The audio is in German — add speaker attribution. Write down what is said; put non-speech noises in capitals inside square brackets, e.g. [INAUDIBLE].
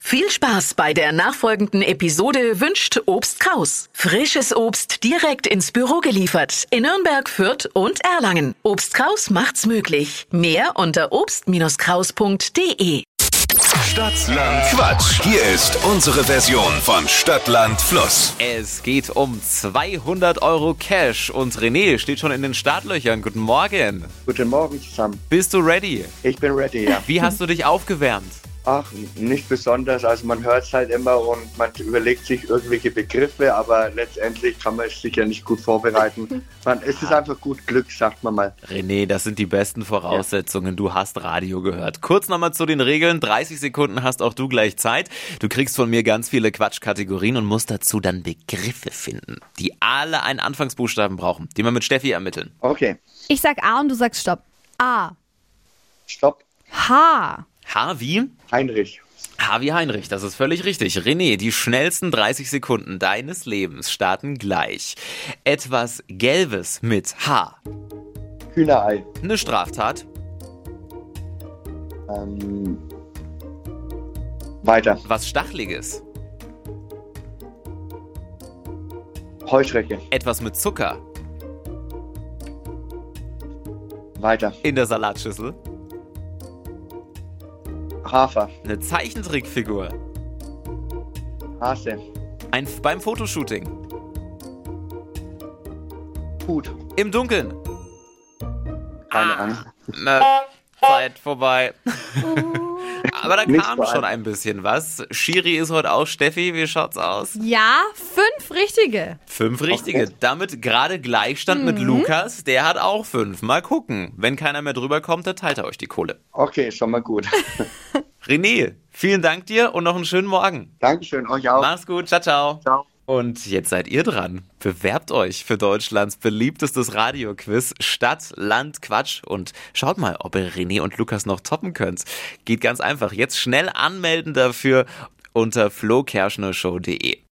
Speaker 1: Viel Spaß bei der nachfolgenden Episode wünscht Obst Kraus. Frisches Obst direkt ins Büro geliefert in Nürnberg, Fürth und Erlangen. Obst Kraus macht's möglich. Mehr unter obst-kraus.de.
Speaker 2: Stadtland Quatsch. Hier ist unsere Version von Stadtland Fluss.
Speaker 3: Es geht um 200 Euro Cash und René steht schon in den Startlöchern. Guten Morgen.
Speaker 4: Guten Morgen zusammen.
Speaker 3: Bist du ready?
Speaker 4: Ich bin ready, ja.
Speaker 3: [LAUGHS] Wie hast du dich aufgewärmt?
Speaker 4: Ach, nicht besonders. Also man hört es halt immer und man überlegt sich irgendwelche Begriffe, aber letztendlich kann man es sicher nicht gut vorbereiten. Man, es ist einfach gut Glück, sagt man mal.
Speaker 3: René, das sind die besten Voraussetzungen. Du hast Radio gehört. Kurz nochmal zu den Regeln. 30 Sekunden hast auch du gleich Zeit. Du kriegst von mir ganz viele Quatschkategorien und musst dazu dann Begriffe finden, die alle einen Anfangsbuchstaben brauchen, die wir mit Steffi ermitteln.
Speaker 4: Okay,
Speaker 5: Ich sag A und du sagst Stopp. A.
Speaker 4: stopp.
Speaker 5: H.
Speaker 3: H wie?
Speaker 4: Heinrich.
Speaker 3: H wie Heinrich, das ist völlig richtig. René, die schnellsten 30 Sekunden deines Lebens starten gleich. Etwas Gelbes mit H.
Speaker 4: Hühnerei.
Speaker 3: Eine Straftat.
Speaker 4: Ähm, weiter.
Speaker 3: Was Stachliges.
Speaker 4: Heuschrecke.
Speaker 3: Etwas mit Zucker.
Speaker 4: Weiter.
Speaker 3: In der Salatschüssel.
Speaker 4: Hafer.
Speaker 3: Eine Zeichentrickfigur.
Speaker 4: Hase.
Speaker 3: Ein F beim Fotoshooting.
Speaker 4: Hut.
Speaker 3: Im Dunkeln.
Speaker 4: Keine Ahnung.
Speaker 3: Äh, Zeit vorbei. Aber da
Speaker 4: Nicht
Speaker 3: kam
Speaker 4: vor allem.
Speaker 3: schon ein bisschen was. Shiri ist heute auch Steffi. Wie schaut's aus?
Speaker 5: Ja, fünf richtige.
Speaker 3: Fünf richtige.
Speaker 4: Okay.
Speaker 3: Damit gerade Gleichstand mit Lukas. Der hat auch fünf. Mal gucken. Wenn keiner mehr drüber kommt, dann teilt er euch die Kohle.
Speaker 4: Okay, schon mal gut. [LAUGHS]
Speaker 3: René, vielen Dank dir und noch einen schönen Morgen.
Speaker 4: Dankeschön, euch auch.
Speaker 3: Mach's gut. Ciao, ciao.
Speaker 4: Ciao.
Speaker 3: Und jetzt seid ihr dran. Bewerbt euch für Deutschlands beliebtestes Radioquiz Stadt, Land, Quatsch und schaut mal, ob ihr René und Lukas noch toppen könnt. Geht ganz einfach. Jetzt schnell anmelden dafür unter flokerschnershow.de.